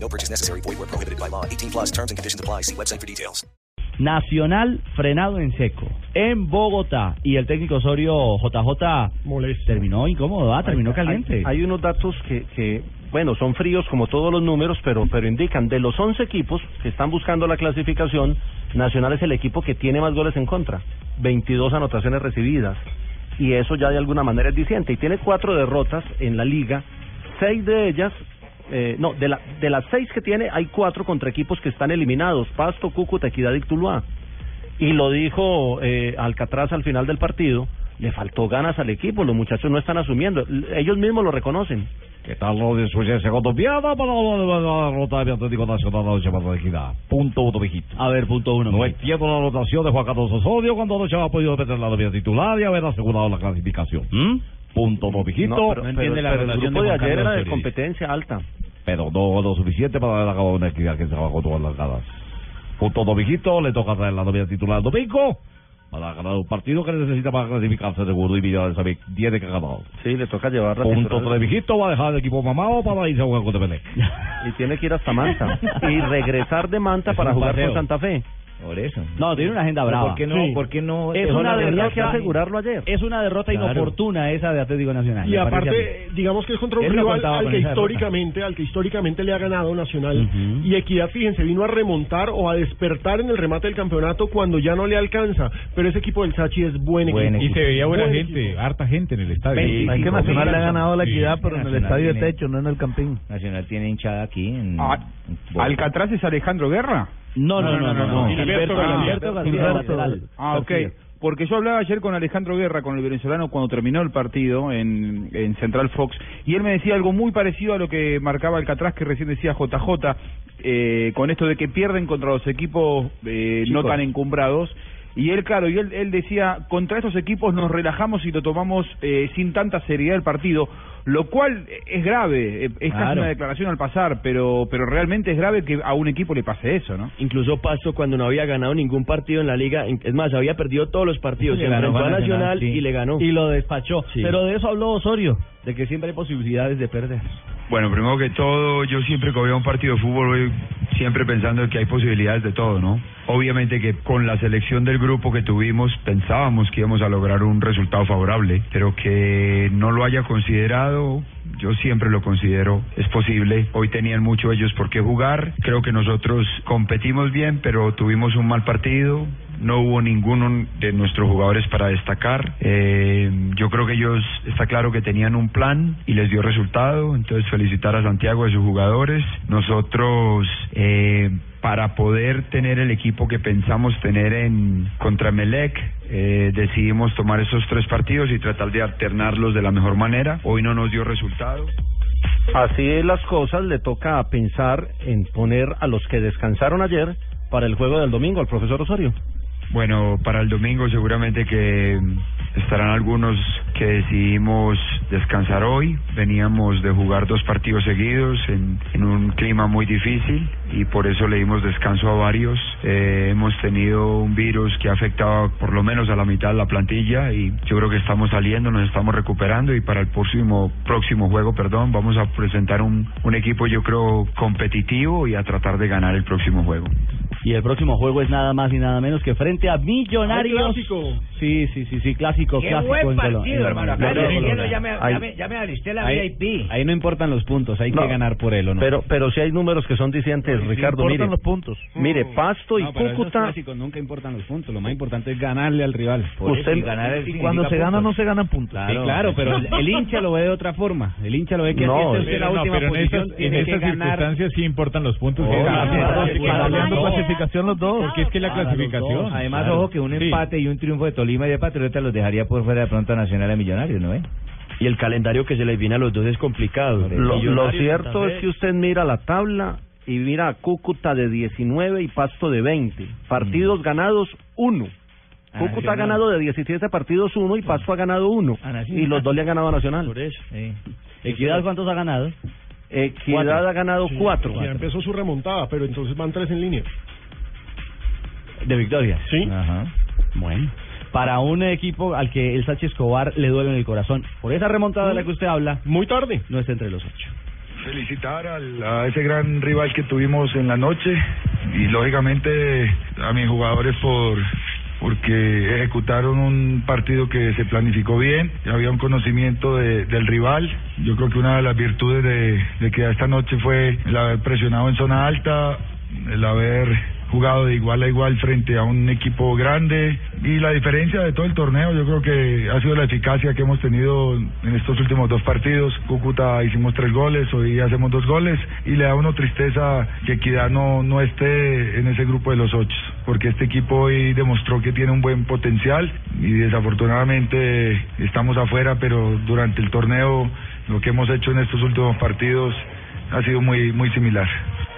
No purchase necessary. Void where prohibited by law. 18 plus terms and conditions apply. See website for details. Nacional frenado en seco en Bogotá y el técnico Osorio JJ Molesto. terminó incómodo, ah, terminó Hay- caliente. Hay, hay unos datos que, que, bueno, son fríos como todos los números, pero, pero indican, de los 11 equipos que están buscando la clasificación, Nacional es el equipo que tiene más goles en contra, 22 anotaciones recibidas, y eso ya de alguna manera es diciente, y tiene cuatro derrotas en la liga, seis de ellas... eh, no, de, la, de las seis que tiene, hay cuatro contra equipos que están eliminados: Pasto, Cúcuta, Equidad y Tuluá. Y lo dijo eh, Alcatraz al final del partido, le faltó ganas al equipo, los muchachos no están asumiendo, l- ellos mismos lo reconocen. ¿Qué tal lo de Suecia segunda pierna para la la- la derrota de Atlético Nacional la noche más equidad? Punto uno, mijito. A ver, punto uno. No mire. entiendo la rotación de Juan Carlos Osorio cuando no se ha podido meter la novia titular y haber asegurado la clasificación. ¿Mm? Punto dos, mijito. No, pero, pero, entiende pero- la pero el relación grupo de de, Juan ayer Carlos era de Osorio. competencia alta. no lo suficiente para haber acabado una equidad que se bajó todas las ganas. Punto dos, mijito. Le toca traer la novia titular domingo para ganar un partido que necesita para clasificarse seguro y Millonarios también tiene que ganar. Sí, le toca llevar la Punto titular. tres, mijito. Va a dejar el equipo mamado para irse a jugar contra Pelé. y tiene que ir hasta Manta y regresar de Manta Es para un jugar paseo. con Santa Fe. Por eso. No, tiene una agenda brava. Sí. qué no? Es Es una una tenía derrota. que asegurarlo ayer. Es una derrota Claro. inoportuna esa de Atlético Nacional. Y me parece a mí. aparte, digamos que es contra un Él no rival contaba al con que esa derrota. históricamente, al que históricamente le ha ganado Nacional. Ujú. Y Equidad, fíjense, vino a remontar o a despertar en el remate del campeonato cuando ya no le alcanza. Pero ese equipo del Sachi es buen equipo. Buen equipo. Y se veía buena Buen gente, equipo. harta gente en el estadio. Sí, Sí, es que Nacional le ha ganado la equidad, pero en el estadio de techo, no en el campín. Nacional tiene hinchada aquí en... Ah, Alcatraz es Alejandro Guerra. No, no, no, no. no. Gilberto Ah, García. Gilberto García, Gilberto. lateral. Ah, ok. Porque yo hablaba ayer con Alejandro Guerra, con el venezolano, cuando terminó el partido en, en Central Fox, y él me decía algo muy parecido a lo que marcaba Alcatraz, que recién decía JJ, eh, con esto de que pierden contra los equipos eh, no tan encumbrados. Y él, claro, y él, él decía, contra estos equipos nos relajamos y lo tomamos eh, sin tanta seriedad el partido, lo cual es grave, eh, es casi Claro. una declaración al pasar, pero, pero realmente es grave que a un equipo le pase eso, ¿no? Incluso Pasto cuando no había ganado ningún partido en la liga, en- es más, había perdido todos los partidos, Le se ganó enfrentó a Nacional, Nacional sí. y le ganó. Y lo despachó. Sí. Pero de eso habló Osorio, de que siempre hay posibilidades de perder. Bueno, primero que todo, yo siempre que veo un partido de fútbol voy siempre pensando que hay posibilidades de todo, ¿no? Obviamente que con la selección del grupo que tuvimos pensábamos que íbamos a lograr un resultado favorable, pero que no lo haya considerado, yo siempre lo considero, es posible. Hoy tenían mucho ellos por qué jugar, creo que nosotros competimos bien, pero tuvimos un mal partido, no hubo ninguno de nuestros jugadores para destacar. Eh, yo creo que ellos, está claro que tenían un plan y les dio resultado. Entonces, felicitar a Santiago y a sus jugadores. Nosotros, eh, para poder tener el equipo que pensamos tener en contra Melec, eh, decidimos tomar esos tres partidos y tratar de alternarlos de la mejor manera. Hoy no nos dio resultado. Así es las cosas, le toca pensar en poner a los que descansaron ayer para el juego del domingo, al profesor Osorio. Bueno, para el domingo seguramente que estarán algunos que decidimos descansar hoy. Veníamos de jugar dos partidos seguidos en, en un clima muy difícil y por eso le dimos descanso a varios. Eh, hemos tenido un virus que ha afectado por lo menos a la mitad de la plantilla y yo creo que estamos saliendo, nos estamos recuperando y para el próximo, próximo juego, perdón, vamos a presentar un, un equipo yo creo competitivo y a tratar de ganar el próximo juego. Y el próximo juego es nada más y nada menos que frente a Millonarios. Ay, clásico. Sí, sí, sí, sí, clásico, Qué clásico buen en Colo- en- partido, hermano. Acá en en el Colombia. cielo ya me, ya, me, ya me alisté la Ahí- VIP. Ahí no importan los puntos, hay No. que ganar por él o no. Pero, pero si hay números que son dicientes, Ricardo, mire, puntos. mire, Pasto y No, pero esos Cúcuta clásicos nunca importan los puntos, lo más importante es ganarle al rival. Usted- y ganar y el- significa cuando se puntos. gana, no se ganan puntos. Claro, claro pero el, el hincha lo ve de otra forma. El hincha lo ve que No, si esta es Pero la no, última pero en posición, esas, en tiene que esas ganar. circunstancias sí importan los puntos. Oh, que claro, claro, que claro, están peleando claro. clasificación los dos. Porque es que la Para los clasificación. dos. Además, ojo que un empate y un triunfo de Tolima y de Patriota los dejaría por fuera de pronto a Nacional y Millonarios, ¿no? Y el calendario que se les viene a los dos es complicado. Lo, lo Millonarios, cierto Santa Fe. es que usted mira la tabla y mira Cúcuta de 19 y Pasto de 20. Mm. Partidos ganados, uno. Ah, A Cúcuta ha Nacional. ganado de 17 partidos, uno y Pasto ha ganado uno. A Nacional. Y los dos le han ganado a Nacional. Sí. ¿Equidad cuántos ha ganado? Equidad ha ganado Sí, cuatro. Ya empezó su remontada, pero entonces van tres en línea. De victoria. Sí. Bueno. Para un equipo al que el Sachi Escobar le duele en el corazón. Por esa remontada de la que usted habla. Muy tarde. No está entre los ocho. Felicitar al- a ese gran rival que tuvimos en la noche y lógicamente a mis jugadores por porque ejecutaron un partido que se planificó bien, y había un conocimiento de- del rival. Yo creo que una de las virtudes de, de que esta noche fue el haber presionado en zona alta, el haber jugado de igual a igual frente a un equipo grande y la diferencia de todo el torneo yo creo que ha sido la eficacia que hemos tenido en estos últimos dos partidos Cúcuta hicimos tres goles hoy hacemos dos goles y le da una tristeza que Equidad no, no esté en ese grupo de los ocho porque este equipo hoy demostró que tiene un buen potencial y desafortunadamente estamos afuera pero durante el torneo lo que hemos hecho en estos últimos partidos ha sido muy muy similar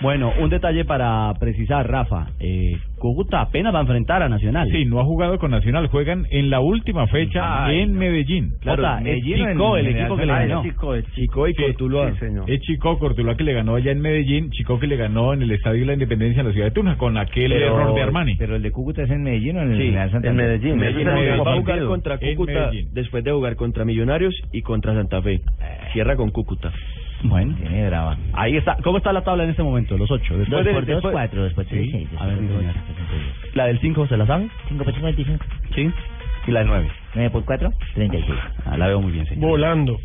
Bueno, un detalle para precisar, Rafa. Eh, Cúcuta apenas va a enfrentar a Nacional. Sí, no ha jugado con Nacional, juegan en la última fecha Ay, en no. Medellín. Claro, Jota, Medellín es o en Chico el General equipo que le Santa. ganó. Ah, es Chico, es Chico y Cortuloa. Es Chico Cortuloa que le ganó allá en Medellín, Chico que le ganó en el Estadio de la Independencia en la ciudad de Tunja con aquel Pero- error de Armani. Pero el de Cúcuta es en Medellín o en el Sí, Real Santander? En Medellín. Medellín, Medellín, Medellín. va a jugar Partido. contra En Cúcuta Medellín. después de jugar contra Millonarios y contra Santa Fe. Eh. Cierra con Cúcuta. Bueno, Ahí está. ¿Cómo está la tabla en este momento? Los ocho. Después Dos de, por dos, después- cuatro, después Sí. tres, seis, A ver, después ocho, señora. después diez. ¿La del cinco se la sabe? Cinco por cinco, veinticinco. Sí. ¿Y la del nueve? Nueve por cuatro, treinta y seis. Ah, la veo muy bien, señor. Volando.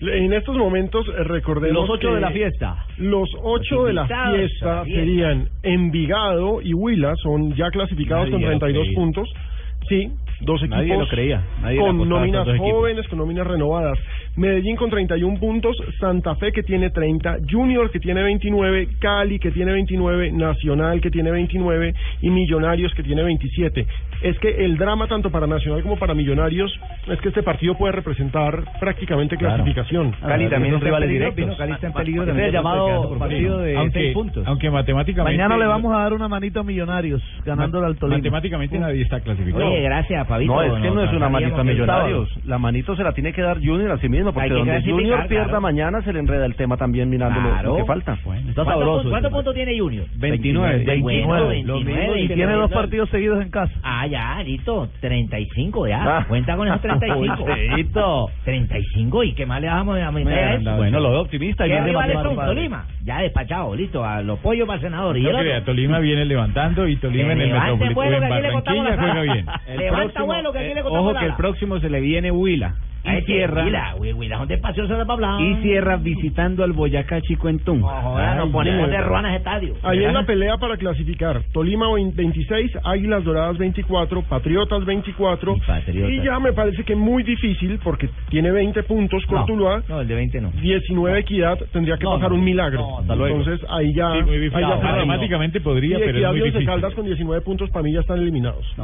Le- En estos momentos eh, recordemos Los ocho que de la fiesta. Los ocho de la Invitados a la fiesta fiesta. serían Envigado y Huila, son ya clasificados Nadie con lo 32 creía. puntos. Sí, dos equipos Nadie lo creía, nadie le apostaba con a nóminas tantos equipos. jóvenes, con nóminas renovadas. Medellín con 31 puntos, Santa Fe que tiene 30, Junior que tiene 29, Cali que tiene 29, Nacional que tiene 29 y Millonarios que tiene 27. Es que el drama tanto para Nacional como para Millonarios es que este partido puede representar prácticamente clasificación. Ah, son rivales directos. Cali está en peligro Ese es también. el llamado partido de aunque, seis puntos. aunque matemáticamente. Mañana le vamos a dar una manito a Millonarios, ganándole al Tolima. Matemáticamente nadie está clasificado. Oye, gracias, Pavito. No, es que no, es una manito a que el Millonarios. La manito se la tiene que dar Junior a sí mismo, Hay porque que donde clasificar, Junior pierda claro. mañana se le enreda el tema también mirando lo- lo, que falta. Está sabroso. ¿Cuántos este puntos tiene Junior? 29. 29. Lo mismo y que tiene la dos verdad. partidos seguidos en casa. Ah, ya, listo. 35 Ah. ya. Cuenta con esos 35. Pobrecito. 35 y qué más le vamos a aumentar a eso. Bueno, lo veo optimista. y ¿Qué bien de rivales son? matemáticas. Tolima. Ya despachado, listo. A los pollos para el senador. Y No el otro. crea, Tolima viene levantando y Tolima en el Levante, Metropolitano vuelo, en que aquí le contamos Barranquilla la juega sala. bien. El Levanta, próximo- vuelo, que aquí le contamos Ojo la que el sala. próximo se le viene Huila. Ay, Y que cierra. Huila, Hue- Huila es un despacio se va a hablar. Y cierra visitando al Boyacá Chico en Tunja. Ahora nos Ay, ponemos ya. de ruanas estadio. Ahí en la pelea para clasificar, Tolima 26, Águilas Doradas 24, Patriotas 24 y, ya me parece que muy difícil porque tiene 20 puntos Cortuluá, No, el de 20 no. 19 Equidad, tendría que pasar un milagro. hasta luego. Entonces ahí ya, Sí, muy ahí difícil. ya Matemáticamente podría, y pero es Equidad muy y Once difícil. Caldas con 19 puntos para mí ya están eliminados.